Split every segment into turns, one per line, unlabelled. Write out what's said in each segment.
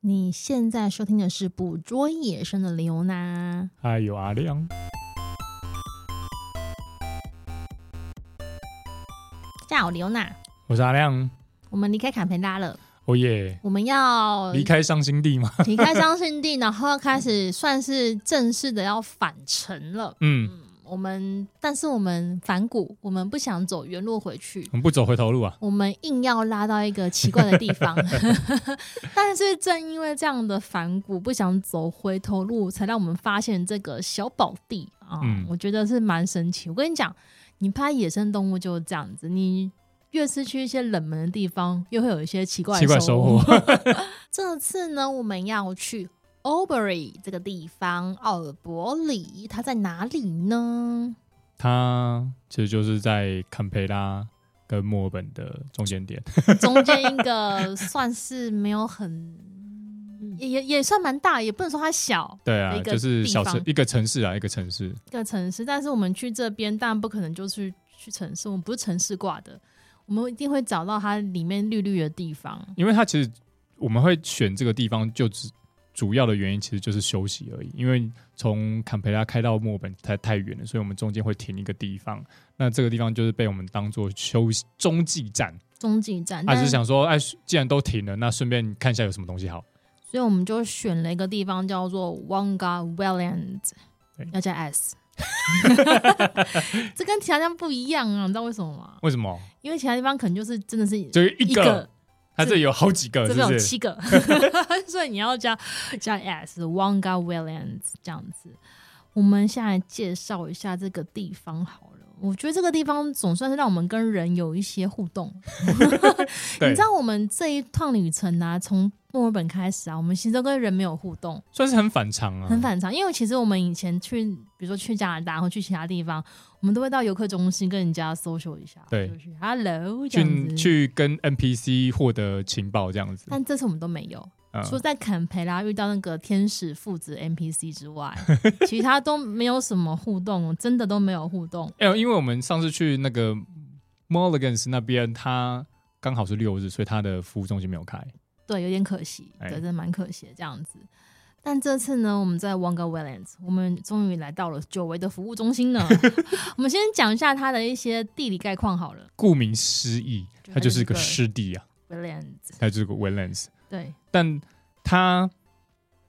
你现在收听的是《捕捉野生的刘娜》，
还哎有阿亮，
大家好，刘娜，
我是阿亮，
我们离开坎培拉了，
哦耶，
我们要
离开伤心地吗？
离开张信地，然后开始算是正式的要返程了。
嗯，
我们，但是我们反骨，我们不想走原路回去
我，们不走回头路啊，
我们硬要拉到一个奇怪的地 方。 但是正因为这样的反骨，不想走回头路，才让我们发现这个小宝地啊、
嗯
我觉得是蛮神奇。我跟你讲，你拍野生动物就是这样子，你越是去一些冷门的地方，又会有一些奇怪的
奇怪收获。
这次呢，我们要去 Albury 这个地方，奥尔伯里，它在哪里呢？
它其实就是在坎培拉跟墨尔本的中间点，
中间一个算是没有
嗯
很，也也也算蛮大，也不能说它小
对啊
一，个
就是小城
地方
一个城市啊，一个城市，
一个城市，但是我们去这边，当然不可能就是去城市，我们不是城市挂的，我们一定会找到它里面绿绿的地方。
因为它其实我们会选这个地方，就只主要的原因其实就是休息而已，因为从坎培拉开到墨尔本太太远了，所以我们中间会停一个地方，那这个地方就是被我们当做休息中继站，
中继站，
还、
但
只是想说，哎，既然都停了，那顺便看一下有什么东西好。
所以我们就选了一个地方叫做 Wonga Wetland，
对
要加 S。这跟其他地方不一样啊，你知道为什么吗？
为什么？
因为其他地方可能就是真的是一
就一个
个，，
它这里有好几个，
这
是
边
不
有
是？
七 个，所以你要加加 S Wonga Wetlands 这样子。我们现在介绍一下这个地方好了。我觉得这个地方总算是让我们跟人有一些互动。你
对
知，道我们这一趟旅程啊，从墨尔本开始啊，我们其实都跟人没有互动。
算是很反常啊，
很反常，因为其实我们以前去，比如说去加拿大或去其他地方，我们都会到游客中心跟人家 social 一下，
对
就是 hello 这样
去
子。
去跟 NPC 获得情报这样子。
但这次我们都没有，
嗯
除了在坎培拉遇到那个天使父子 NPC 之外，其他都没有什么互动，真的都没有互动。
哎、因为我们上次去那个 Mulligans 那边，它刚好是六日，所以它的服务中心没有开。
对，有点可惜，
哎
对，真的蛮可惜的这样子。但这次呢，我们在 Wonga Wetlands，我们终于来到了久违的服务中心 呢。我们先讲一下它的一些地理概况好了。
顾名思义，它就是一个
它就是
湿地啊，
Wetlands，
它就是个 Wetlands，
对，
但它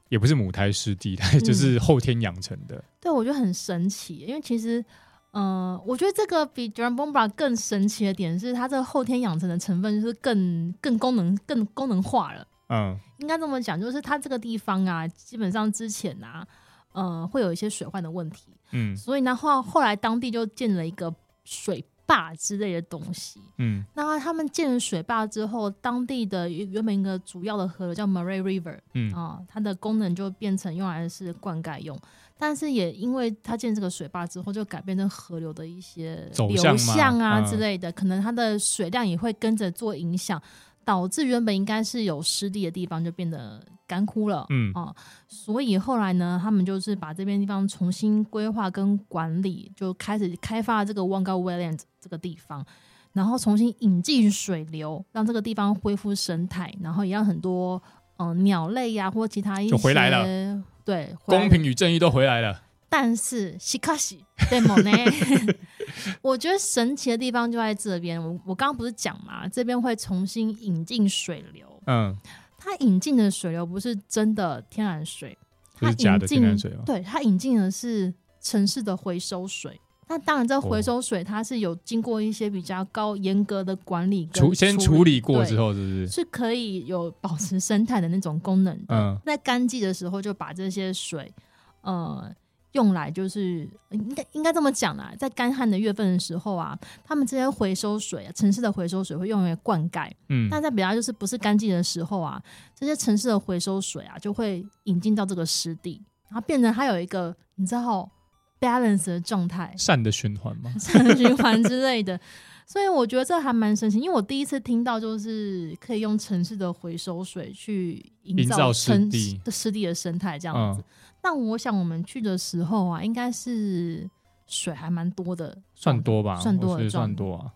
也不是母胎湿
嗯
地， 它就是后天养成的。
对，我觉得很神奇，因为其实，呃，我觉得这个比 j o r a n b o m b a 更神奇的点是，它这个后天养成的成分就是更更功能更功能化了。
嗯，
应该这么讲，就是它这个地方啊，基本上之前啊，呃，会有一些水患的问题，
嗯
所以呢后后来当地就建了一个水坝之类的东西。
嗯
那他们建了水坝之后，当地的原本一个主要的河流叫 Murray River，
嗯
啊、它的功能就变成用来是灌溉用，但是也因为它建这个水坝之后，就改变成河流的一些
走向
流
吗
向啊
嗯
之类的，可能它的水量也会跟着做影响，导致原本应该是有湿地的地方就变得干枯了。
嗯
哦所以后来呢，他们就是把这边地方重新规划跟管理，就开始开发这个 Wonga Wetland 这个地方，然后重新引进水流，让这个地方恢复生态，然后也让很多嗯、呃鸟类呀、或其他一些
就回来
了，对，回来
公平与正义都回来了。
但是西卡西对某呢， 我觉得神奇的地方就在这边。我我刚刚不是讲嘛，这边会重新引进水流，
嗯，
它引进的水流不是真的天然水，
就
它
是假的
引进
天然水吗？哦
对，它引进的是城市的回收水。那当然，这回收水它是有经过一些比较高严格的管理跟
处先处理过
对
之后，是不是？
是可以有保持生态的那种功能的。
嗯
在干季的时候，就把这些水，呃，用来就是应该应该这么讲啦，在干旱的月份的时候啊，他们这些回收水啊，城市的回收水会用来灌溉。
嗯，
但在比较就是不是干季的时候啊，这些城市的回收水啊，就会引进到这个湿地，然后变成它有一个你知道 balance 的状态
善的循环嘛。
循环之类的。所以我觉得这还蛮神奇，因为我第一次听到就是可以用城市的回收水去营
营造湿
城
地
的湿地的生态这样子
嗯。，
但我想我们去的时候啊，应该是水还蛮多的，
算多吧，
算多
我
的
觉得
状
算多啊。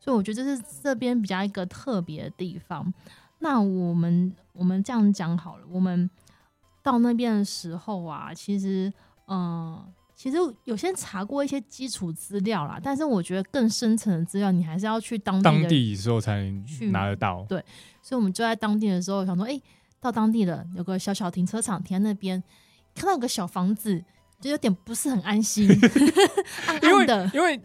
所以我觉得这是这边比较一个特别的地方。那我们我们这样讲好了，我们到那边的时候啊，其实嗯、呃其实有先查过一些基础资料啦，但是我觉得更深层的资料，你还是要去当地
当
的
地之后才能
去
拿得到。
所以我们就在当地的时候想说，哎、到当地了，有个小小停车场停在那边，看到有个小房子，就有点不是很安 心，暗
因为
暗的。
因为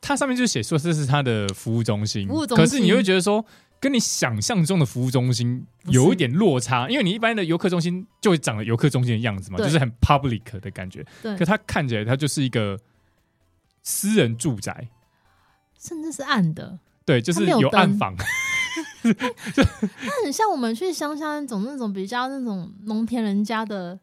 它上面就写说这是它的服务中心，
服务中
可是你
心
会觉得说。跟你想象中的服务中心
不是
有一点落差，因为你一般的游客中心就会长得游客中心的样子嘛，
对
就是很 public 的感觉。
对
可它看起来它就是一个私人住宅，
甚至是暗的，
对，就是
它没有
有暗
灯
房，
它很像我们去乡下那种那种比较那种农田人家的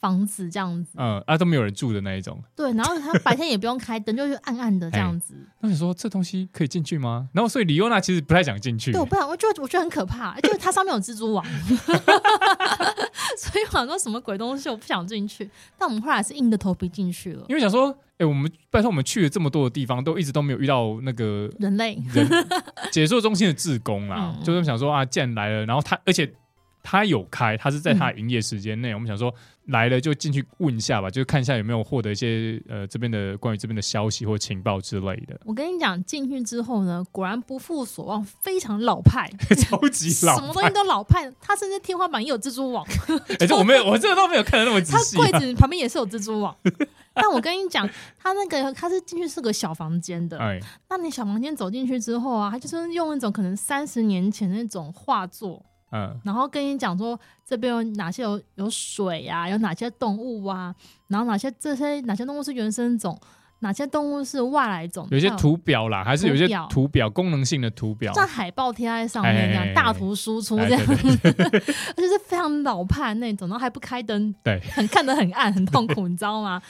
房子这样子。
嗯啊都没有人住的那一种。
对，然后它白天也不用开灯，就是暗暗的这
哎
样子。
那你说这东西可以进去吗？然后所以李优娜其实不太想进去
对，，我不想，我就我觉得很可怕，就是它上面有蜘蛛网， 所以我想说什么鬼东西，我不想进去。但我们后来是硬着头皮进去了。
因为想说，哎、我们拜托我们去了这么多的地方，都一直都没有遇到那 个
人类，
人解说中心的志工啦，
嗯，
就是想说啊，既然来了，然后他而且他有开，他是在他的营业时间内，我们想说来了就进去问一下吧，就看一下有没有获得一些呃这边的关于这边的消息或情报之类的
我跟你讲，进去之后呢，果然不负所望，非常老派，
超级
什
老
么东
派
西，都老派。它甚至天花板也有蜘蛛网，
而且我没有哎我这个都没有看的那么仔
它
细、
柜
啊，
子旁边也是有蜘蛛 网。但我跟你讲，它那个它是进去是个小房间的，
哎，
那你小房间走进去之后啊，它就是用一种可能三十年前那种画作，
嗯，
然后跟你讲说这边有哪些有有水啊，有哪些动物啊，然后哪些这些哪些动物是原生种，哪些动物是外来种，
有一些
还
图表啦，还是有一些
图表
图表功能性的图表，
像海报贴在上面这
哎哎哎哎
样，大图输出
哎
这样，
对对对
而且是非常老派的那种，然后还不开灯，
对
很看得很暗，很痛苦，你知道 吗？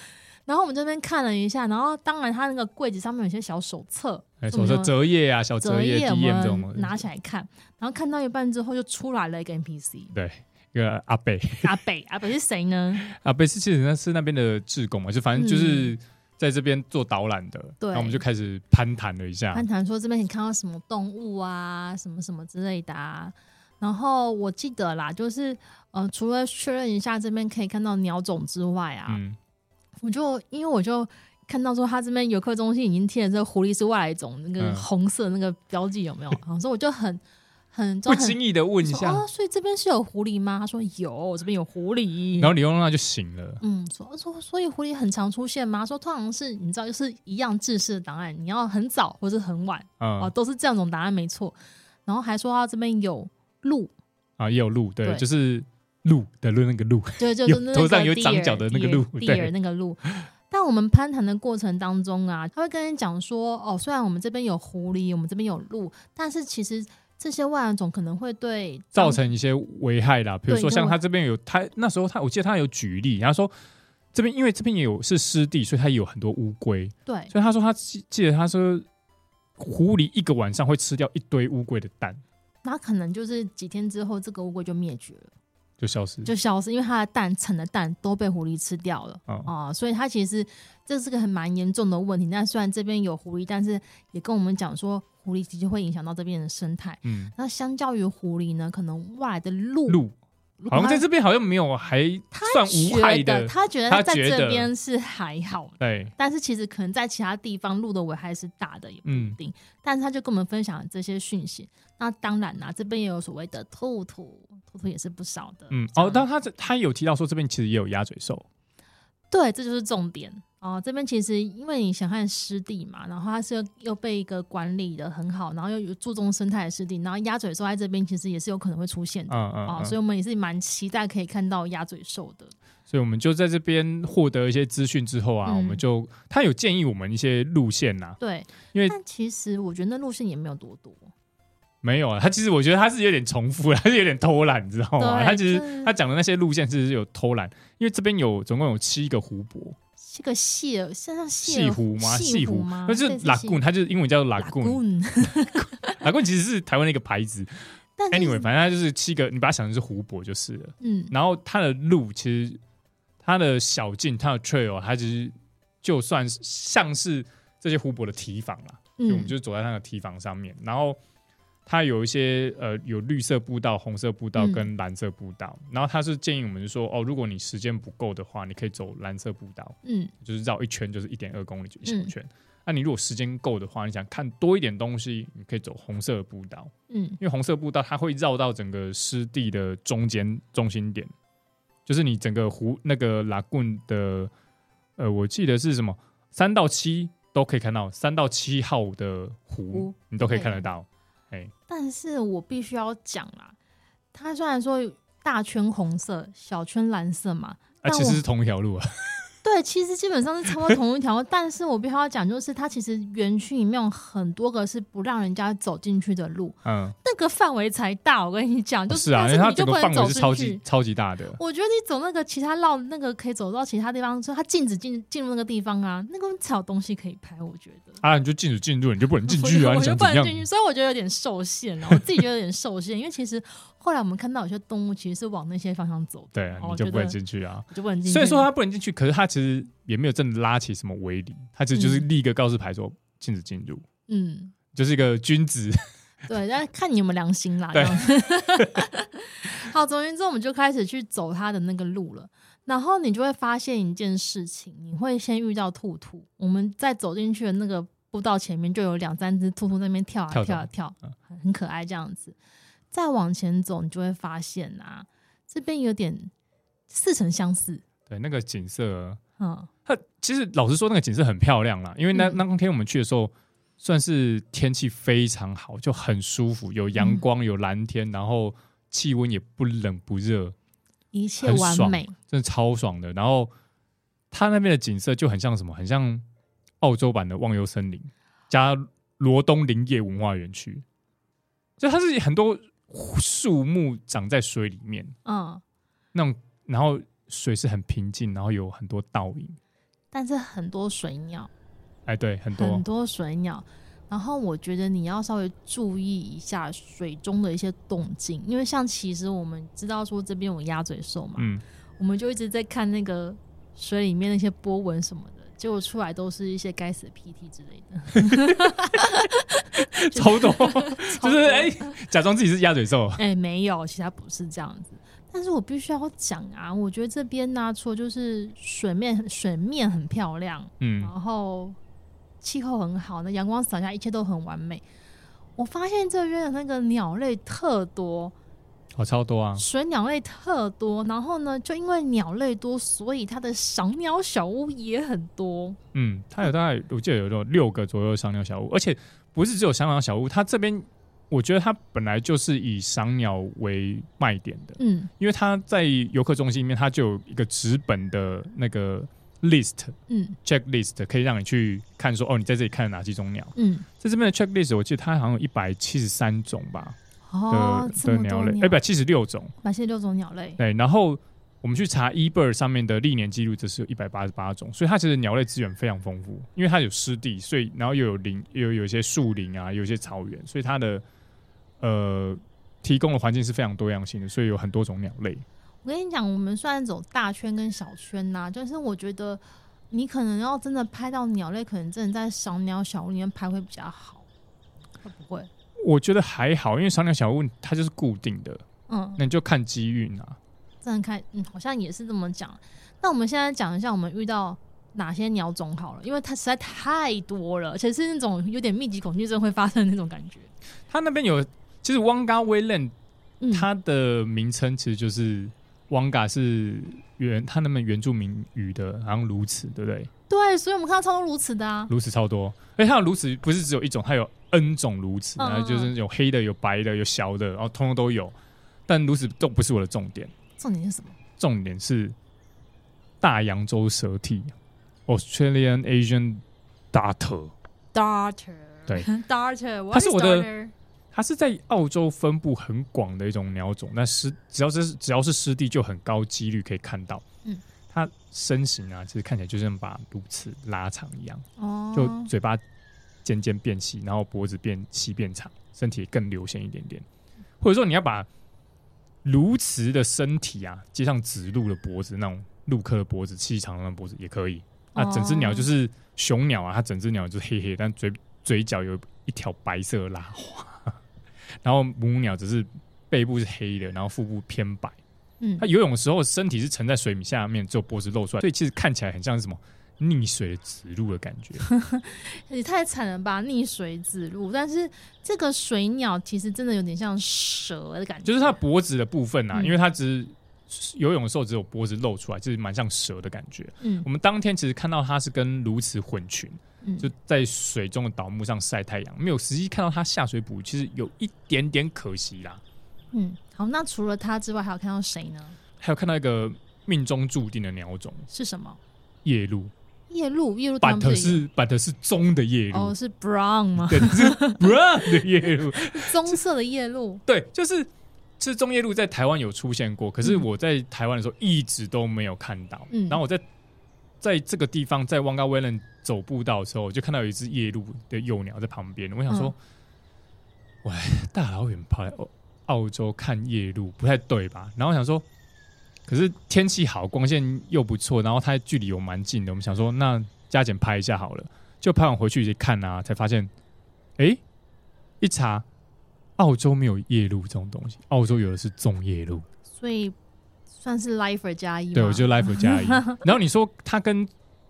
然后我们这边看了一下，然后当然它那个柜子上面有一些小手册，
哎，
什
什么
么
说折页啊、小折
折
页、
页我
DM 这种
们拿起来看，然后看到一半之后就出来了一 个 NPC
对。一个阿贝，
阿北，阿北是谁呢？
阿贝是其实那是那边的志工嘛，就反正就是在这边做导览的，
嗯对
然后我们就开始攀谈了一下
攀，谈说这边你看到什么动物啊，什么什么之类的啊。然后我记得啦，就是呃，除了确认一下这边可以看到鸟种之外啊，
嗯，
我就因为我就看到说他这边游客中心已经贴了这个狐狸是外来种那个
嗯
红色那个标记 有没有？然后所以我就很很就
不
很
经意的问一
哦说
下，
哦，所以这边是有狐狸吗？他说有，这边有狐狸。
然后李欧娜就醒了，
嗯，说说所以狐狸很常出现吗？说通常是你知道，就是一样制式的档案，你要很早或是很晚哦，
嗯
都是这样种答案没错。然后还说他这边有鹿，
啊，也有鹿，对，
对哦
就是鹿的鹿那个鹿，
对，就
有
是那个
头上有
deer，
长角的那个
deer，
鹿对
，deer 那个鹿。但我们攀谈的过程当中啊，他会跟你讲说，哦，虽然我们这边有狐狸，我们这边有鹿，但是其实这些外来种可能会对
造成一些危害啦，比如
对
说
就
像
会
他这边有他那时候他我记得他有举例，然后说这边因为这边也有是湿地，所以他也有很多乌龟，
对
所以他说他记记得他说狐狸一个晚上会吃掉一堆乌龟的蛋，
那可能就是几天之后，这个乌龟就灭绝了，
就消失，
就消失，因为它的蛋产的蛋都被狐狸吃掉了。
啊
啊、所以它其实这是个很蛮严重的问题。那虽然这边有狐狸，但是也跟我们讲说，狐狸其实会影响到这边的生态。
嗯，
那相较于狐狸呢，可能外来的鹿，
鹿。
如果
好像在
它
这边好像没有还
他
算
觉
无害
得
的，
他觉得
他
在
觉
这
得
边是还好，
对，
但是其实可能在其他地方鹿的危害是大的，也不
嗯
一定。但是他就跟我们分享了这些讯息。那当然啦，这边也有所谓的兔兔，兔兔也是不少的。
嗯，
这
哦，
样
但他这他有提到说这边其实也有鸭嘴兽，
对，这就是重点哦。这边其实因为你想看湿地嘛，然后它是又被一个管理的很好，然后又有注重生态的湿地，然后鸭嘴兽在这边其实也是有可能会出现的
嗯嗯，
哦，
嗯
所以我们也是蛮期待可以看到鸭嘴兽的。
所以我们就在这边获得一些资讯之后啊，
嗯
我们就他有建议我们一些路线啊呐、
对，
因为
但其实我觉得那路线也没有多多，
没有啊，他其实我觉得他是有点重复，他是有点偷懒，你知道吗？
对
他其实
就是
他讲的那些路线其实有偷懒，因为这边有总共有七个湖泊，
这个蟹像像蟹
西湖吗？西
西
湖
吗？
那就是
类似
lagoon，它就是英文叫做 lagoon，lagoon
lagoon，
其实是台湾的一个牌 子。
但是
Anyway，反正它就是七个，你把它想成是湖泊就是了。
嗯，
然后它的路其实它的小径、它的 trail，它其实就算是像是这些湖泊的堤防啦，所以我们
嗯
就走在它的堤防上面。然后它有一些呃有绿色步道、红色步道
嗯
跟蓝色步道，然后它是建议我们说，哦，如果你时间不够的话，你可以走蓝色步道，
嗯
就是绕一圈就是一点二公里就一小圈。那、你如果时间够的话，你想看多一点东西，你可以走红色的步道，
嗯
因为红色步道它会绕到整个湿地的中间中心点，就是你整个湖那个拉棍的，呃，我记得是什么三到七都可以看到，三到七号的湖
湖
你都可以
对
看得到。
但是我必须要讲啦，它虽然说大圈红色，小圈蓝色嘛，
啊，
但
其
我
实是同一条路啊。
对，其实基本上是差不多同一条，但是我必须要讲，就是它其实园区里面有很多个是不让人家走进去的路，
嗯，
那个范围才大。我跟你讲，就是
啊，因
但
为
是
它
你就
整个
不
范
能走
围是超
进
级
去。
超级大的。
我觉得你走那个其他绕那个可以走到其他地方，所以它禁止进进入那个地方啊，那个才有东西可以拍。我觉得
啊，你就禁止进入，你就不能进去
我就
啊！你
我就
想
不
怎
能
样？
进去，所以我觉得有点受限啊了。我自己觉得有点受限，因为其实后来我们看到有些动物其实是往那些方向走的，
对啊
然，后
你
我
就
哦觉
不能
得
进去啊。
我就不能进去。
虽然说它不能进去，可是它其实也没有真的拉起什么围篱，它其实就是
嗯
立一个告示牌说禁止进入，
嗯。
就是一个 君子。
对，但看你有没有良心啦。
对
这样 子好，总而言之，我们就开始去走他的那个路了。然后你就会发现一件事情，你会先遇到兔兔。我们在走进去的那个步道前面，就有两三只兔兔在那边跳啊
跳
跳啊
动
跳
嗯，
很很可爱这样子。再往前走，你就会发现啊，这边有点似曾相似。
对，那个景色，
嗯
它其实老实说，那个景色很漂亮啦。因为那
嗯
那天我们去的时候，算是天气非常好，就很舒服，有阳光，有蓝天，然后气温也不冷不热，
一切
很
完
爽
美。
真的超爽的。然后它那边的景色就很像什么，很像澳洲版的忘忧森林加罗东林业文化园区，就它是很多树木长在水里面
嗯，
那种，然后水是很平静，然后有很多倒影。
但是很多水鸟。
哎，对，很多
很多水鸟。然后我觉得你要稍微注意一下水中的一些动静，因为像其实我们知道说这边有鸭嘴兽嘛，
嗯，
我们就一直在看那个水里面那些波纹什么的，结果出来都是一些该死的 PT 之类 的，
超多，
超
就是
多
哎、假装自己是鸭嘴兽，
哎、没有，其他不是这样子。但是我必须要讲啊，我觉得这边呢、除了就是水面水面很漂亮，
嗯，
然后气候很好，那阳光洒下，一切都很完美。我发现这边的那个鸟类特多，
哦，超多啊，
水鸟类特多，然后呢，就因为鸟类多，所以它的赏鸟小屋也很多。
嗯，它有大概我记得有六六个左右的赏鸟小屋，而且不是只有赏鸟小屋，它这边我觉得它本来就是以赏鸟为卖点的，
嗯
因为它在游客中心里面，它就有一个纸本的那个 list
嗯
checklist，可以让你去看说，哦，你在这里看了哪几种鸟，
嗯，
在这边的 checklist 我记得它好像有一百七十三种吧的、
哦，这
的
么
鸟
多
类，哎，一百七十六种。
百七十六种鸟类。
对，然后我们去查 eBird 上面的历年记录，这是有一百八十八种，所以它其实鸟类资源非常丰富，因为它有湿地，所以然后又有林，又有一些树林啊，有一些草原，所以它的呃提供的环境是非常多样性的，所以有很多种鸟类。
我跟你讲，我们虽然走大圈跟小圈呐、就是我觉得你可能要真的拍到鸟类，可能真的在赏鸟小屋里面拍会比较好，会不会？
我觉得还好，因为赏鸟小屋它就是固定的，
嗯，
那你就看机运啊。
真的看，嗯，好像也是这么讲。那我们现在讲一下我们遇到哪些鸟种好了，因为它实在太多了，而且是那种有点密集恐惧症会发生的那种感觉。
它那边有，其实 Wanga Wayland
嗯，
它的名称其实就是。汪嘎是原它那边原住民语的，好像鸬鹚，对不对？
对，所以我们看到超多如此的啊，
鸬鹚超多，而且它的鸬鹚不是只有一种，它有 N 种鸬鹚，
嗯
然后就是有黑的、有白的、有小的，然后通通都有。但鸬鹚都不是我的重点，
重点是什么？
重点是大洋洲蛇体 （Australian Asian Darter），
Darter，
对
，Darter，
它是我的它是在澳洲分布很广的一种鸟种。那湿只要是只要是湿地，就很高几率可以看到。
嗯，
它身形啊，其实看起来就像把鸬鹚拉长一样。
哦，
就嘴巴尖尖变细，然后脖子变细变长，身体更流线一点点。或者说你要把鸬鹚的身体啊，接上直鹿的脖子那种鹿科的脖子，细长的那种脖子也可以。那整只鸟
哦
就是雄鸟啊，它整只鸟就是黑黑，但嘴嘴角有一条白色的拉花，然后母鸟只是背部是黑的，然后腹部偏白。
嗯
它，游泳的时候身体是沉在水米下面，只有脖子露出来，所以其实看起来很像是什么溺水的植物的感觉。
也太惨了吧，溺水自入。但是这个水鸟其实真的有点像蛇的感觉，
就是它脖子的部分啊，
嗯
因为它只是游泳的时候只有脖子露出来，就是蛮像蛇的感觉。
嗯
我们当天其实看到它是跟鸬鹚混群，
嗯，
就在水中的倒木上晒太阳，没有实际看到它下水捕鱼，其实有一点点可惜啦。
嗯，好，那除了它之外，还有看到谁呢？
还有看到一个命中注定的鸟种
是什么？
夜鹭，
夜鹭，夜鹭它
板
们
头
不是
是板头是棕的夜鹭，
哦，是 brown 吗？
对，是 brown 的夜鹭，
棕色的夜鹭，
对，就是。其实中夜鹭在台湾有出现过，可是
嗯
我在台湾的时候一直都没有看到。
嗯
然后我在在这个地方，在 w a n g a w e l a n 走步道的时候，我就看到有一只夜鹭的幼鸟在旁边。我想说，喂，大老远跑来澳澳洲看夜鹭，不太对吧？然后我想说，可是天气好，光线又不错，然后它距离有蛮近的。我们想说，那加减拍一下好了。就拍完回去一看啊，才发现，诶，一查，澳洲没有夜鹭这种东西，澳洲有的是棕夜鹭。
所以算是 lifer 加一吗。
对，我就 life 加 一。然后你说它跟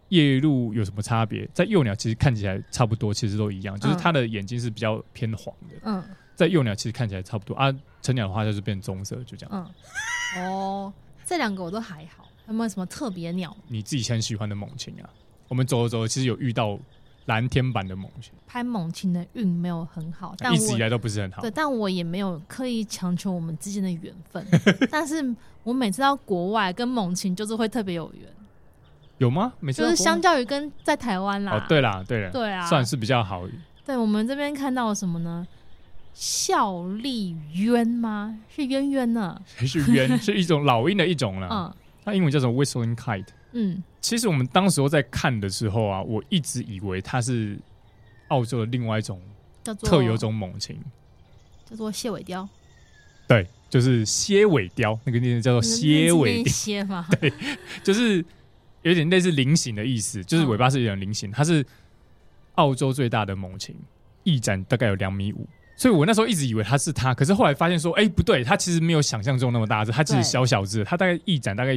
夜鹭有什么差别？在幼鸟其实看起来差不多，其实都一样，就是它的眼睛是比较偏黄的，
嗯
在幼鸟其实看起来差不多啊。成鸟的话就是变棕色，就这样。
嗯，哦，这两个我都还好，有没有什么特别鸟？
你自己很喜欢的猛禽啊，我们走着走着，其实有遇到蓝天版的猛禽，
拍猛禽的运没有很好，但
一
我
直以来都不是很好
对，。但我也没有刻意强求我们之间的缘 分。但是我每次到国外跟猛禽就是会特别有缘，
有吗？每次
就
都
是相较于跟在台湾啦，
哦，对啦，对了，
对啊
算是比较好。
对我们这边看到什么呢？效力鸳吗？是渊渊呢？
还是鸳是一种老鹰的一种啦，
嗯
它英文叫做 whistling kite。
嗯
其实我们当时候在看的时候啊，我一直以为它是澳洲的另外一种
叫做
特有种哦猛禽，
叫做蟹尾雕，
对，就是蝎尾雕，那个念叫做蝎尾雕，
蝎 嘛，
就是有点类似菱形的意思，就是
嗯
尾巴是有点菱形，它是澳洲最大的猛禽，翼展大概有两米五。所以我那时候一直以为它是它，可是后来发现说，哎、不对，它其实没有想象中那么大只，它其实
对
小小只，它大概翼展大概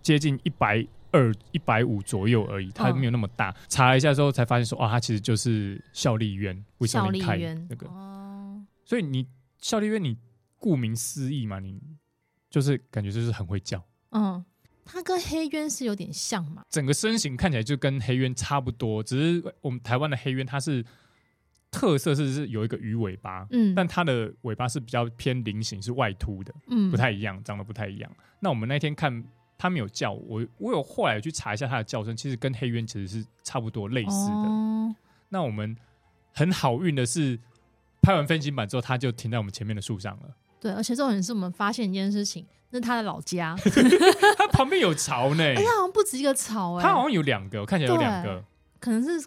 接近一百二、一百五左右而已，它
嗯
没有那么大。查了一下之后才发现说，哦，它其实就是效力鸢，为什
效
么
力
你看
鸳
那个？
哦，
所以你效力鸢，你顾名思义嘛，你就是感觉就是很会叫，
嗯，它跟黑鸳是有点像嘛，
整个身形看起来就跟黑鸢差不多，只是我们台湾的黑鸢它是特色是是有一个鱼尾巴，
嗯，
但它的尾巴是比较偏菱形，是外凸的，
嗯
不太一样，长得不太一样。那我们那天看它没有叫，我我有后来有去查一下它的叫声，其实跟黑鸢其实是差不多类似的。
哦，
那我们很好运的是，拍完飞行版之后，它就停在我们前面的树上了，
对，而且重点是我们发现一件事情，那是它的老 家，
它旁边有巢呢，
哎，它好像不止一个草
它好
哎，
像有两个，我看起来有两个，
可能是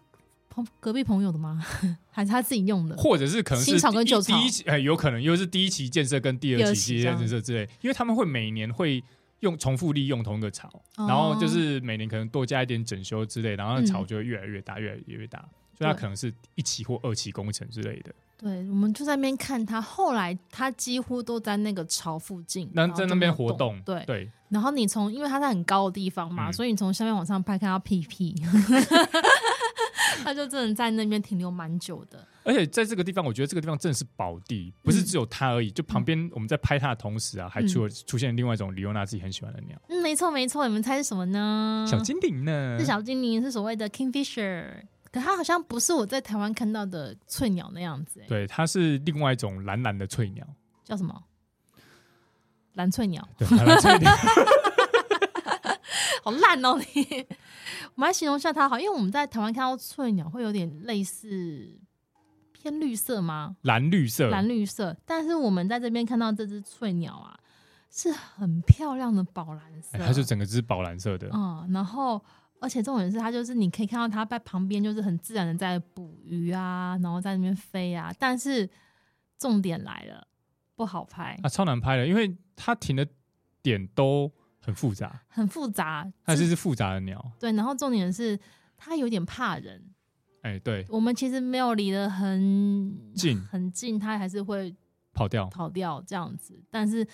朋隔壁朋友的吗？ 还是他自己用的？
或者是可能是
新草跟
第
旧草
第一期，哎、有可能又是第一期建设跟第
第
二
二
期
期这样
建设之类，因为他们会每年会用重复利用同一个槽，
哦
然后就是每年可能多加一点整修之类，然后那
嗯
槽就会越来越大，越来越大，所以它
对
可能是一期或二期工程之类的。
对，我们就在那边看它，后来它几乎都在那个巢附近，
那
然后
在
就
那
没
边
有
活动，
对，
对，
然后你从，因为它在很高的地方嘛，
嗯
所以你从下面往上拍，看到屁屁， 它就真的在那边停留蛮久的。
而且在这个地方，我觉得这个地方真的是宝地，不
嗯
是只有它而已。就旁边我们在拍它的同时啊，还出了出现另外一种李欧娜自己很喜欢的鸟，
嗯，没错没错，你们猜是什么呢？
小精灵呢
嗯是？小精灵，是所谓的 kingfisher，可它好像不是我在台湾看到的翠鸟那样子、欸，
对，它是另外一种蓝蓝的翠鸟，
叫什么？蓝翠鸟，
对，蓝蓝翠鸟。
好烂哦你！我们来形容一下它好，因为我们在台湾看到翠鸟会有点类似偏绿色吗？
蓝绿色，
蓝绿色，但是我们在这边看到这只翠鸟啊，是很漂亮的宝蓝色，
哎它就整个只是宝蓝色的，
嗯，然后而且重点是它就是你可以看到它在旁边就是很自然的在捕鱼啊，然后在那边飞啊，但是重点来了，不好拍，
啊，超难拍的，因为它停的点都很复杂，
很复杂，
它
就是
是一只复杂的鸟。
对，然后重点是它有点怕人，
哎，对，
我们其实没有离得很
近
很近，它还是会
跑掉。
跑掉这样子，但是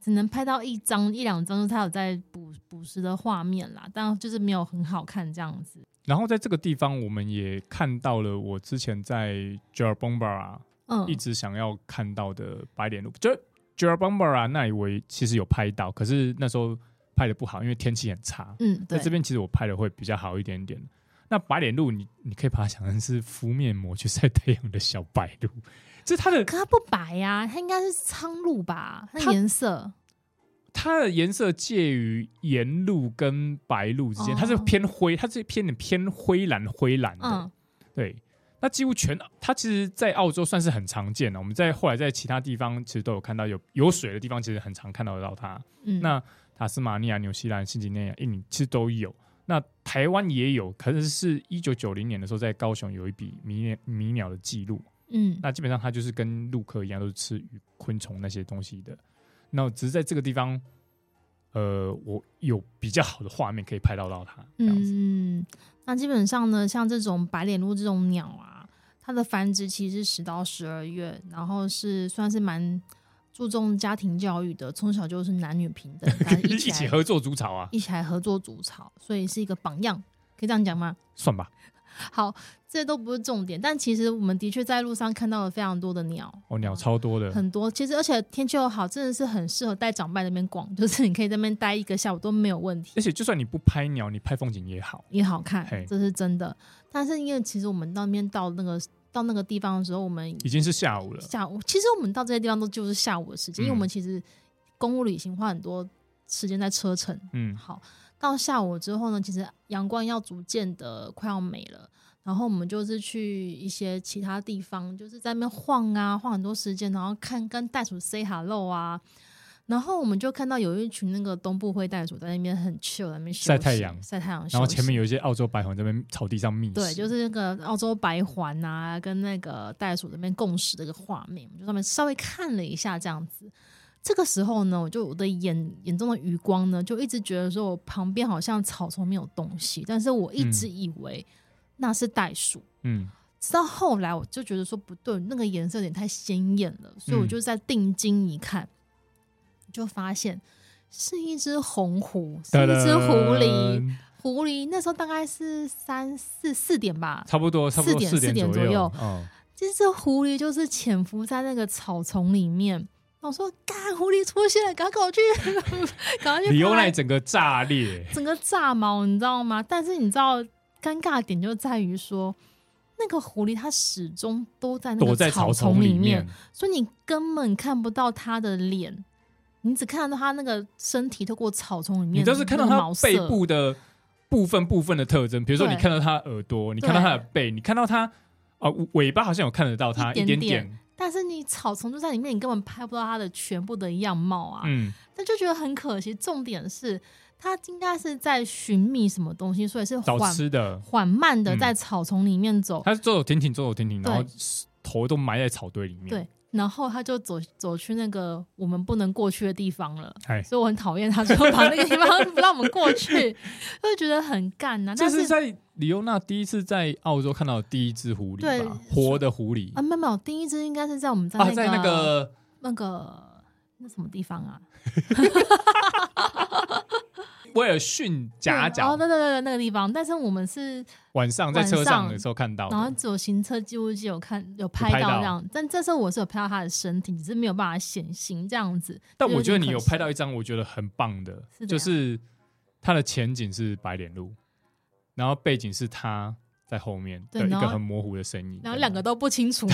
只能拍到一张一两张，就是它有在捕捕食的画面啦，但就是没有很好看这样子。
然后在这个地方，我们也看到了我之前在 j a r b o m b a r
嗯，
一直想要看到的白脸鹿，就 j a r b o m b a r 啊那里我其实有拍到，可是那时候拍的不好，因为天气很差。
嗯，
在
对，
这边其实我拍的会比较好一点点。那白脸鹿，你你可以把它想成是敷面膜去晒太阳的小白鹿，这是它的
可它不白呀、它应该是苍鹭吧？它
它
的颜色
它的颜色介于盐鹿跟白鹿之间，
哦
它是偏灰，它是偏偏灰蓝灰蓝的。
嗯
对，那几乎全它其实，在澳洲算是很常见的。我们在后来在其他地方其实都有看到有有水的地方，其实很常看到得到它。
嗯，
那塔斯马尼亚、纽西兰、新几内亚、印尼其实都有。那台湾也有，可是是一九九零年的时候，在高雄有一笔迷鸟迷鸟的记录。
嗯
那基本上它就是跟鹿科一样，都是吃鱼、昆虫那些东西的。那只是在这个地方，呃，我有比较好的画面可以拍到到它这样子。
嗯，那基本上呢，像这种白脸鹿这种鸟啊，它的繁殖期是十到十二月，然后是算是蛮注重家庭教育的，从小就是男女平 等，大家
一
嗯起
起
来
合作筑巢啊，
一起来合作筑巢，所以是一个榜样，可以这样讲吗？
算吧。
好，这都不是重点，但其实我们的确在路上看到了非常多的鸟，
哦，鸟超多的，
很多。其实而且天气又好，真的是很适合带长辈在那边逛， 就是你可以在那边待一个下午都没有问题，
而且就算你不拍鸟，你拍风景也好。
也好看
嘿，
这是真的。但是因为其实我们到那边到那个到那个地方的时候，我们
已经是下午了，
下午，其实我们到这些地方都就是下午的时间，因为
嗯
我们其实公路旅行花很多时间在车程，
嗯，
好，到下午之后呢，其实阳光要逐渐的快要没了，然后我们就是去一些其他地方，就是在那边晃啊，晃很多时间，然后看跟袋鼠 say hello 啊，然后我们就看到有一群那个东部灰袋鼠在那边很 chill，在那边休息
晒太阳
晒太阳，
然后前面
有。
有一些澳洲白熊在那边草地上觅食，
对，就是那个澳洲白环啊，跟那个袋鼠那边共识的一个画面，我们就上面稍微看了一下这样子。这个时候呢，我就我的眼眼中的余光呢，就一直觉得说我旁边好像草丛没有东西，但是我一直以为那是袋鼠。
嗯，
直到后来，我就觉得说不对，那个颜色有点太鲜艳了，所以我
嗯
就在定睛一看，就发现是一只红狐，是
哒
一
哒
只狐狸。，狐狸那时候大概是三四四点吧，
差不多差不多
4
4点
点左右
右，嗯，
这只狐狸就是潜伏在那个草丛里面。我说：“干，狐狸出现了，赶快给我去，赶快去
李欧奈
拍！”
整个炸裂，
整个炸毛，你知道吗？但是你知道，尴尬点就在于说，那个狐狸它始终都在那
躲
个
在草
丛
丛
里
里
面
面，，
所以你根本看不到它的脸，你只看得到它那个身体透过草丛里面，
你都是看到
那个
它
毛色
背部的部分部分的特征，比如说
对
你看到它耳朵，你看到它的背，你看到它啊尾巴好像有看得到它
一
一
点
点
点，但是你草丛就在里面，你根本拍不到它的全部的样貌啊。
嗯，
但就觉得很可惜。重点是，他应该是在寻觅什么东西，所以是
找
缓
吃的，
缓慢的
嗯
在草丛里面走。
它是走走停停，走走停停，
对
然后头都埋在草堆里面，
对，然后他就走走去那个我们不能过去的地方了。
哎，
所以我很讨厌他，说把那个地方 不让我们过去，就觉得很干呐、
这
但
是
是
在里欧纳第一次在澳洲看到的第一只狐狸
对
吧，活的狐狸
啊，没有没有，第一只应该是在我们在那
啊，
个、
在那个
那个那什么地方啊？
威尔逊夹
对哦，
角
对对对对，那个地方。但是我们是
晚上在车上的时候看到
然后
的，
只有行车记录器有看有拍到
有拍到
这样，但这时候我是有拍到他的身体，只是没有办法显形这样子。
但我觉得你有
有点可惜
拍到一张我觉得很棒的
是怎，样
就是它的前景是白脸鹿，然后背景是它在后面
对
的一
然
个
后
很模糊的身影，
然后两个
对，
都不清楚，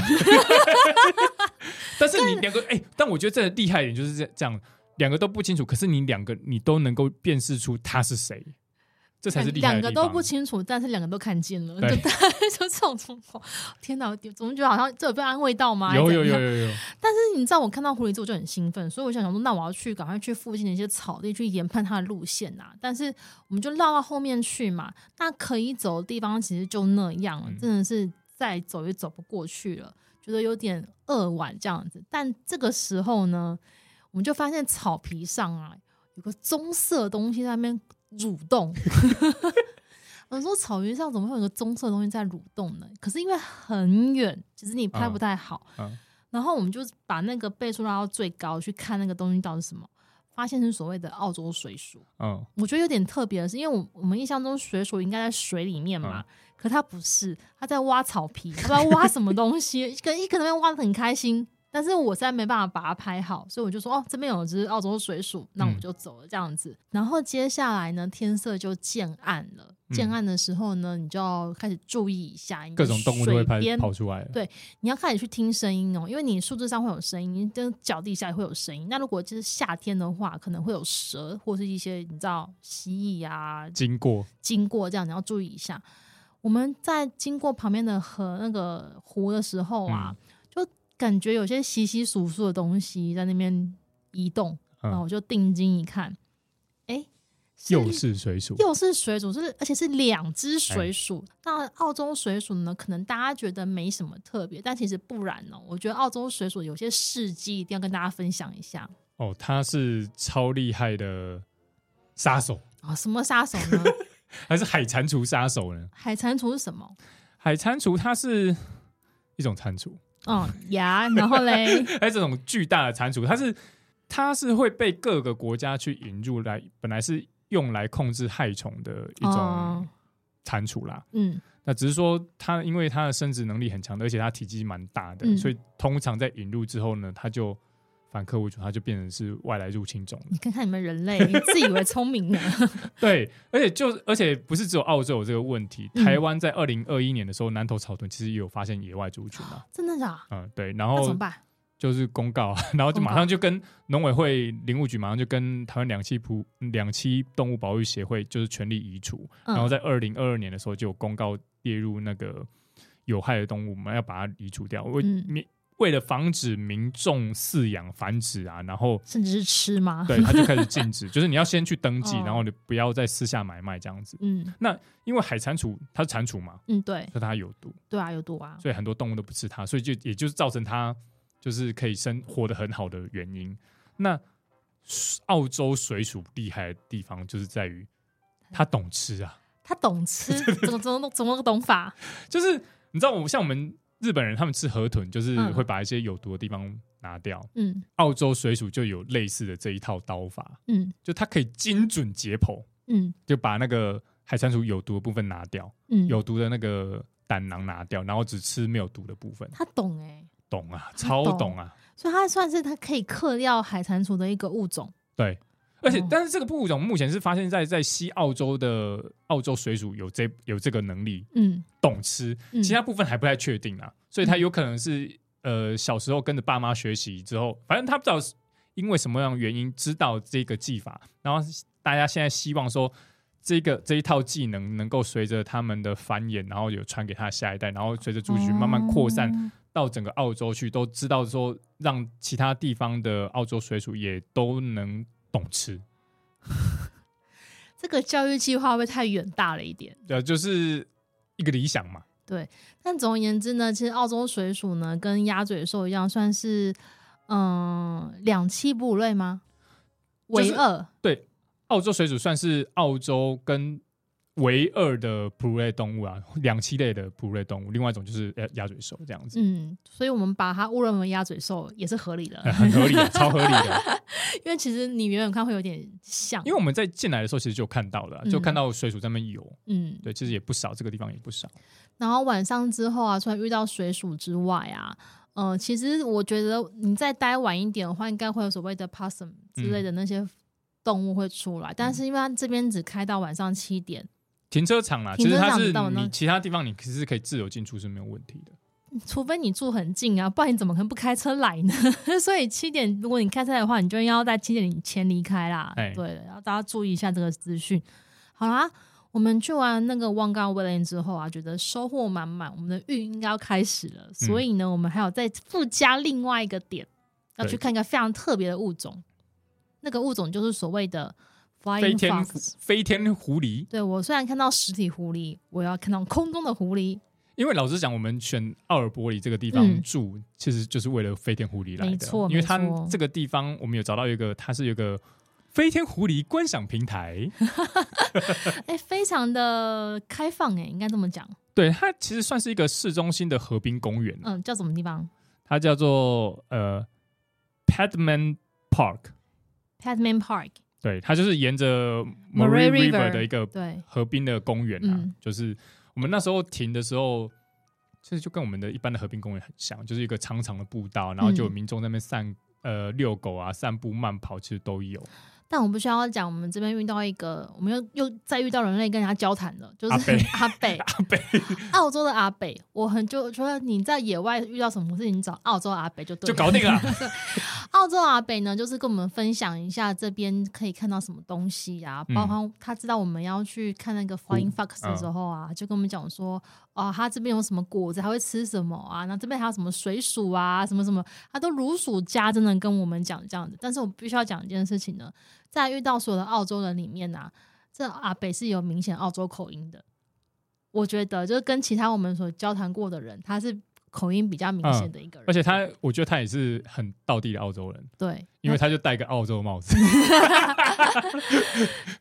但是你两个哎，但我觉得这厉害一点就是这这样，两个都不清楚，可是你两个你都能够辨识出他是谁， 这才是厉害
两
的
个
地
都
方
不清楚，但是两个都看见了，就
对
大概 就这种状况。天哪，我总觉得好像这有被安慰到吗？
有
还是
有
怎
有
样
有有，
但是你知道，我看到狐狸之后我就很兴奋，所以我想想说，那我要去赶快去附近的一些草地去研判它的路线啊。但是我们就绕到后面去嘛，那可以走的地方其实就那样了，
嗯
真的是再走也走不过去了，觉得有点扼腕这样子。但这个时候呢，我们就发现草皮上啊有个棕色的东西在那边蠕动。 我说草原上怎么会有个棕色的东西在蠕动呢？可是因为很远，其实你拍不
嗯
太好。
嗯
然后我们就把那个倍数拉到最高去看那个东西到底是什么，发现是所谓的澳洲水鼠。
嗯，
我觉得有点特别的是，因为我我们印象中水鼠应该在水里面嘛，
嗯
可它不是，它在挖草皮，它不知道挖什么东西， 可一可能挖的很开心，但是我实在没办法把它拍好，所以我就说哦，这边有只澳洲水鼠，那我
嗯
们就走了这样子。然后接下来呢，天色就渐暗了，渐
嗯
暗的时候呢，你就要开始注意一下你的
各种动物都会拍
水边
跑出来了。
对你要开始去听声音哦，因为你树枝上会有声音，你的脚底下也会有声音。那如果就是夏天的话，可能会有蛇或是一些你知道蜥蜴啊
经过，
经过这样，你要注意一下。我们在经过旁边的河那个湖的时候啊，就感觉有些稀稀疏疏的东西在那边移动，
嗯
然后我就定睛一看，哎、是
又是水鼠，
又是水鼠，是而且是两只
哎
水鼠。那澳洲水鼠呢？可能大家觉得没什么特别，但其实不然哦。我觉得澳洲水鼠有些事迹一定要跟大家分享一下
哦，它是超厉害的杀手，
啊、什么杀手 呢？
还是海蟾蜍杀手呢？
海蟾蜍是什么？
海蟾蜍它是一种蟾蜍，
嗯，呀，然后 嘞，
哎，这种巨大的蟾蜍，它是它是会被各个国家去引入来，本来是用来控制害虫的一种
哦
蟾蜍啦。
嗯
那只是说它因为它的生殖能力很强，而且它体积蛮大的，
嗯
所以通常在引入之后呢，它就反客为主，它就变成是外来入侵种了。
你看看你们人类，你自以为聪明呢？
对，而且就而且不是只有澳洲有这个问题，
嗯
台湾在二零二一年的时候，南投草屯其实也有发现野外族群啊，
真的假？
嗯，对，然
那怎
后
么办？
就是公告啊， 然后就
公告
马上就跟农委会林务局马上就跟台湾两栖哺两栖动物保育协会就是全力移除，
嗯
然后在二零二二年的时候就有公告列入那个有害的动物，我们要把它移除掉，为
嗯
民、为了防止民众饲养繁殖啊，然后
甚至是吃吗？
对，他就开始禁止， 就是你要先去登记，
哦
然后你不要再私下买卖这样子。
嗯
因为海蟾蜍它是蟾蜍嘛，
嗯，对
所以它有毒，
对啊，有毒啊。
所以很多动物都不吃它，所以就也就是造成它就是可以生活得很好的原因。那澳洲水鼠厉害的地方就是在于它懂吃啊，
他懂吃， 怎么怎么怎么个懂法？
就是你知道我们像我们日本人他们吃河豚，就是
嗯
会把一些有毒的地方拿掉。
嗯
澳洲水鼠就有类似的这一套刀法，
嗯
就它可以精准解剖，
嗯
就把那个海蟾蜍有毒的部分拿掉，
嗯，
有毒的那个胆囊拿掉，然后只吃没有毒的部分。
他懂哎、
懂啊，超懂啊，
所以它算是它可以克掉海蟾蜍的一个物种。
对。而且
哦，
但是这个物种目前是发现在在西澳洲的澳洲水鼠有这有这个能力
嗯，
懂吃，
嗯
其他部分还不太确定啊，所以它有可能是呃小时候跟着爸妈学习之后，反正他不知道是因为什么样的原因知道这个技法，然后大家现在希望说这个这一套技能能够随着他们的繁衍，然后有传给他的下一代，然后随着族群慢慢扩散，
哦
到整个澳洲去，都知道说让其他地方的澳洲水鼠也都能懂吃。
这个教育计划会不会太远大了一点？
呃，就是一个理想嘛。
但总而言之呢，其实澳洲水鼠呢跟鸭嘴兽一样，算是嗯两栖哺乳类吗？
就是
唯二，
澳洲水鼠算是澳洲跟唯二的哺乳类动物啊，两栖类的哺乳类动物。另外一种就是呃鸭嘴兽这样子，
嗯，所以我们把它误认为鸭嘴兽也是合理 的，
呃很合理、啊，超合理的。
因为其实你远远看会有点像，
因为我们在进来的时候其实就有看到了啊、
嗯
就看到水鼠在那边游。
嗯，
对，其实也不少，这个地方也不少。
然后晚上之后啊，除了遇到水鼠之外啊，呃，其实我觉得你再待晚一点的话，应该会有所谓的 possum 之类的那些动物会出来，但是因为它这边只开到晚上七点，
停车场啦，其
停
实
车
它
场
是
到那
你其他地方你其实可以自由进出是没有问题的。
除非你住很近啊，不然你怎么可能不开车来呢？ 所以七点，如果你开车来的话，你就要在七点前离开啦。
哎
对，要大家注意一下这个资讯。好啦，我们去完那个望高威廉之后啊，觉得收获满满，我们的运应该要开始了。所以呢，我们还有再附加另外一个点，要
对
去看一个非常特别的物种。那个物种就是所谓的
飞
flying
天
fox。
飞天狐狸，
对我虽然看到实体狐狸，我要看到空中的狐狸，
因为老实讲，我们选奥尔伯里这个地方
嗯
住，其实就是为了飞天狐狸来的。
没错
因为它
没错
这个地方，我们有找到一个，它是有一个飞天狐狸观赏平台。
哎，非常的开欸放哎、应该这么讲。
对，它其实算是一个市中心的河滨公园。啊
嗯嗯，叫什么地方？
它叫做呃 Padman Park，
Padman Park，
对，它就是沿着
Murray
Murray
River
River 的一个
对，
河滨的公园啊，
嗯
就是我们那时候停的时候，其实就跟我们的一般的河滨公园很像，就是一个长长的步道，然后就有
嗯
民众在那边散、呃遛狗啊、散步、慢跑，其实 都有。
但我们必须要讲，我们这边遇到一个，我们又又再遇到人类跟人家交谈了，就
阿
是
北
阿北，
阿北，
澳洲的阿北，我很就说你在野外遇到什么事情，你找澳洲阿北就对
就
了，
搞定了。
澳洲阿北呢，就是跟我们分享一下这边可以看到什么东西啊，
嗯
包括他知道我们要去看那个 Flying Fox 的时候啊，就跟我们讲说，哦，他这边有什么果子，还会吃什么啊，那这边还有什么水鼠啊，什么什么，他都如数家珍的跟我们讲这样子。但是我必须要讲一件事情呢，在遇到所有的澳洲人里面啊，这阿北是有明显澳洲口音的。我觉得就是跟其他我们所交谈过的人，他是口音比较明显的一个人，
嗯而且他，我觉得他也是很道地的澳洲人，
对，
因为他就戴个澳洲帽 子。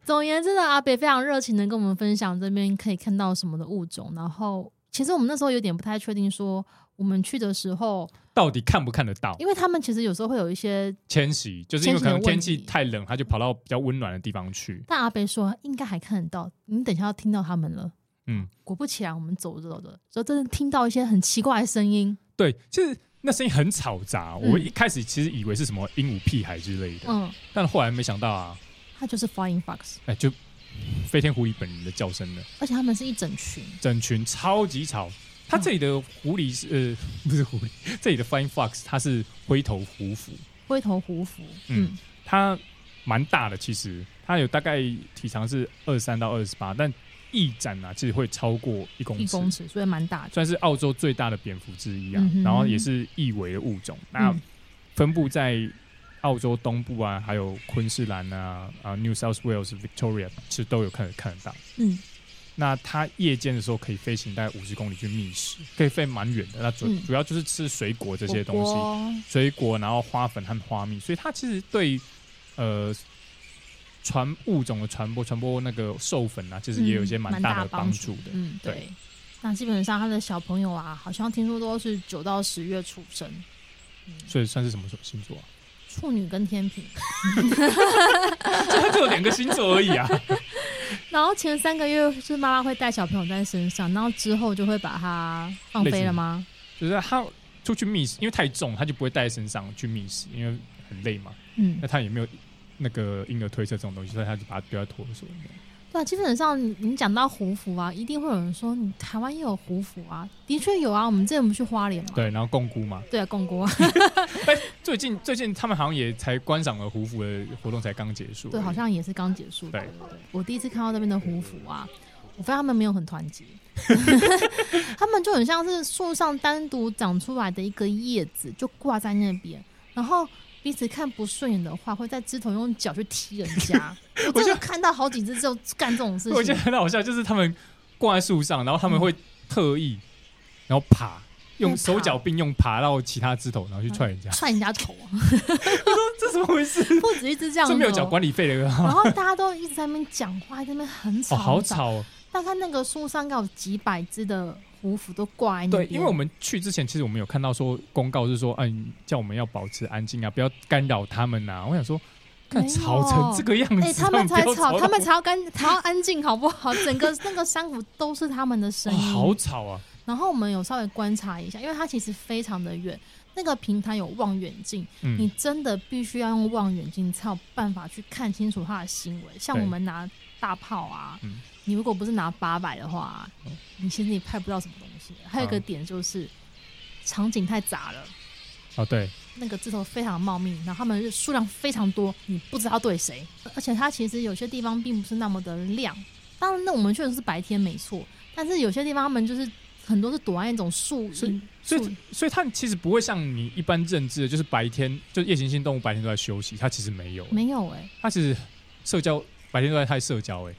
总而言之呢，阿北非常热情的跟我们分享这边可以看到什么的物种，然后其实我们那时候有点不太确定说。我们去的时候，
到底看不看得到
因为他们其实有时候会有一些，
迁徙？就是因为可能
迁
天
徙的问
气
题
太冷，他就跑到比较温暖的地方去。
但阿北说应该还看得到，你等一下要听到他们了。
嗯，
果不其然，我们走着走着，就真的听到一些很奇怪的声音。
对，其实那声音很吵杂，
嗯
我一开始其实以为是什么鹦鹉屁孩之类的，
嗯，
但后来没想到啊，
它就是 flying fox，
哎，就飞天狐狸本人的叫声了，
而且他们是一整群。
整群超级吵。它这里的狐狸是呃不是狐狸， 这里的 Flying Fox 它是灰头狐蝠，
灰头狐蝠，
嗯
嗯，
它蛮大的，其实它有大概体长是二三到二十八，但翼展啊其实会超过一公
一
尺，
公尺，所以蛮大的。
算是澳洲最大的蝙蝠之一啊，
嗯哼
然后也是易危的物种。那
嗯
分布在澳洲东部啊，还有昆士兰啊、啊 New South Wales、Victoria，其实都有看看得到。
嗯，
那它夜间的时候可以飞行大概五十公里去觅食，可以飞蛮远的。那主、
嗯
主要就是吃水果这些东西，
西，
水果，然后花粉和花蜜，所以它其实对呃传物种的传播、传播那个授粉啊，其实也有一些
嗯
蛮大的帮
助
助的。
嗯，
对
对。那基本上他的小朋友啊，好像听说都是九到十月出生，
所以算是什么什么星座啊？
处女跟天平。
它 就有两个星座而已啊。
然后前三个月是妈妈会带小朋友在身上，然后之后就会把它放飞了吗？
就是它出去觅食，因为太重，它就不会带在身上去觅食，因为很累嘛。
嗯
那，它也没有那个婴儿推车这种东西，所以它就把它丢在托儿所里面。
对啊，基本上你你讲到胡服啊，一定会有人说你台湾也有胡服啊，的确有啊，我们之前不去花莲嘛，
对，然后共菇嘛。
对啊，共锅，
哎，最近最近他们好像也才观赏了胡服的活动才刚结束而已。
对，好像也是刚结束的。
对
我第一次看到那边的胡服啊，我发现他们没有很团 结，他们就很像是树上单独长出来的一个叶子，就挂在那边，然后彼此看不顺眼的话，会在枝头用脚去踢人 家。我真的看到好几只就干这种事
我觉得
情，
很好笑，就是他们挂在树上，然后他们
嗯
会特意，然后爬，
用
用
爬
手脚并用爬到其他枝头，然后去踹人家，
踹人家头，啊
这怎么回事？
不止一只这样
这
子
没有缴
哦。
管理 费的
然
吗？
后大家都一直在那边讲话，在那边很吵，
哦，好
很吵。
吵哦。
大概那个树上应该有几百只的胡服都挂在那
对，
边。
因为我们去之前，其实我们有看到说公告是说，嗯、叫我们要保持安静啊，不要干扰他们呐、我想说，看
没有
吵成这个样子，
哎、他们
不要
才
吵
吵，
到
他们才要干， 才要安静，好不好？整个那个山谷都是他们的
我
声
哦，
音。
好吵啊！
然后我们有稍微观察一下，因为它其实非常的远，那个平台有望远镜，你
嗯，
真的必须要用望远镜才有办法去看清楚它的行为。像
对
我们拿大炮啊，
嗯
你如果不是拿八百的话啊、
嗯
你其实也拍不到什么东西。还有一个
嗯
点就是、场景太杂了。
哦对，
那个枝头非常茂密，然后它们是数量非常多，你不知道对谁。而且它其实有些地方并不是那么的亮，当然那我们去的是白天没错，但是有些地方它们就是很多是躲在那种树
所以
荫，
所
树
以所以它其实不会像你一般认知的，就是白天就是夜行性动物白天都在休息，它其实没有，
没有哎、
他其实社交白天都在太社交哎、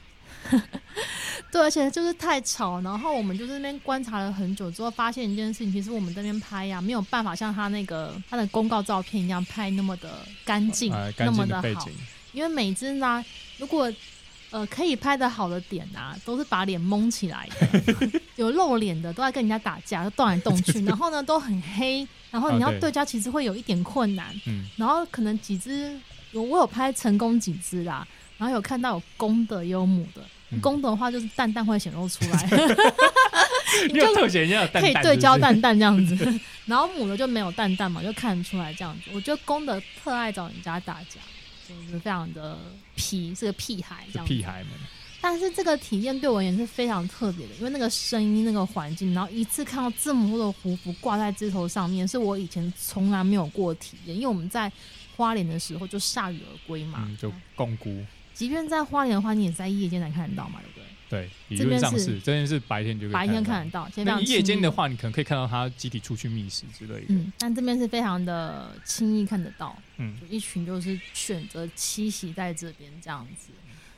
对，而且就是太吵，然后我们就是那边观察了很久之后，发现一件事情，其实我们这边拍呀、没有办法像它那个它的公告照片一样拍那么的干净，
啊，干
那么
净的背
好
景，，
因为每只呢，如果呃，可以拍的好的点啊，都是把脸蒙起来的， 有露脸的都在跟人家打架，就动来动去，然后呢都很黑，然后你
啊
要
对
对焦其实会有一点困难，
嗯，
然后可能几只有我有拍成功几只啦，然后有看到有公的也有母的
嗯，
公的话就是蛋蛋会显露出来，
你有特写，人家有蛋
可以
蛋
对焦，
是
蛋蛋这样子， 然后母的就没有蛋蛋嘛，就看得出来这样子。我觉得公的特爱找人家打架，就是非常的皮，是个屁孩这
不是
样
是
子。
屁孩们，
但是这个体验对我而言是非常特别的，因为那个声音、那个环境，然后一次看到这么多的胡服挂在枝头上面，是我以前从来没有过的体验。因为我们在花莲的时候就铩羽而归嘛，
嗯，就共估。
即便在花莲的话，你也在夜间才看得到嘛，对不对？
对，理
这
论
边
上
是
是，这件事白天就可以
白天
得到
看得到，现在
那
非常
夜间的
轻易，
话，你可能可以看到他集体出去觅食之类的。
嗯，但这边是非常的轻易看得到，
嗯
就一群就是选择栖息在这边这样子。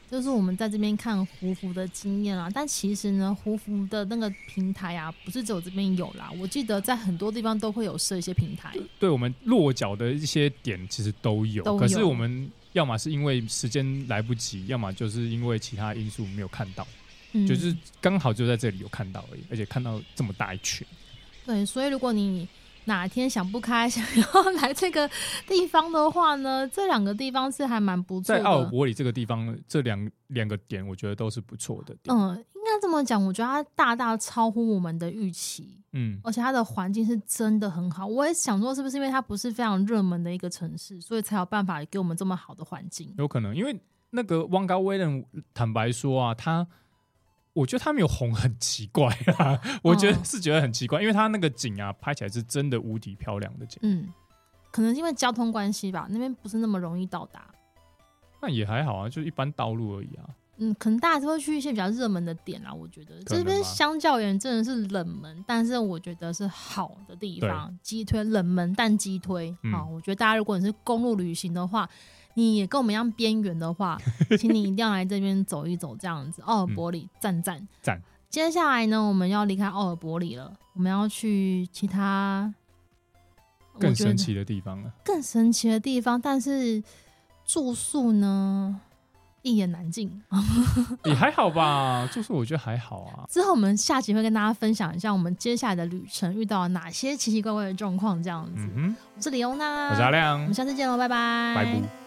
就是我们在这边看胡服的经验啊，但其实呢，胡服的那个平台啊，不是只有这边有啦。我记得在很多地方都会有设一些平台，
对我们落脚的一些点其实都有，
都有
可是我们要么是因为时间来不及，要么就是因为其他因素没有看到，
嗯，
就是刚好就在这里有看到而已，而且看到这么大一群，
对。所以如果你哪天想不开， 想要来这个地方的话呢，这两个地方是还蛮不错
在
的。
奥尔伯里这个地方，这两两个点我觉得都是不错的点。
嗯，应该这么讲，我觉得它大大超乎我们的预期。
嗯，
而且它的环境是真的很好。我也想说，是不是因为它不是非常热门的一个城市，所以才有办法给我们这么好的环境？
有可能，因为那个汪高威人，坦白说啊，他我觉得他没有红很奇怪啊，我觉得
嗯
是觉得很奇怪，因为他那个景啊，拍起来是真的无敌漂亮的景，
嗯，可能是因为交通关系吧，那边不是那么容易到达。
那也还好啊，就一般道路而已啊。
嗯，可能大家都会去一些比较热门的点啦。我觉得
可
这
能吧
边相较而言真的是冷门，但是我觉得是好的地方。击推冷门但击推
嗯
好，我觉得大家如果你是公路旅行的话，你也跟我们一样边缘的 话，请你一定要来这边走一走，这样子。奥尔伯里赞赞
嗯赞！
接下来呢，我们要离开奥尔伯里了，我们要去其他我
更
觉得
神奇的地方啊了，
更神奇的地方，但是住宿呢一言难尽。嗯
也还好吧，就是我觉得还好啊。
之后我们下集会跟大家分享一下我们接下来的旅程遇到了哪些奇奇怪怪的状况，这样子。
嗯哼，
我是李欧娜，
我是阿
我
亮
嗯们，下次见喽，拜拜，
拜拜。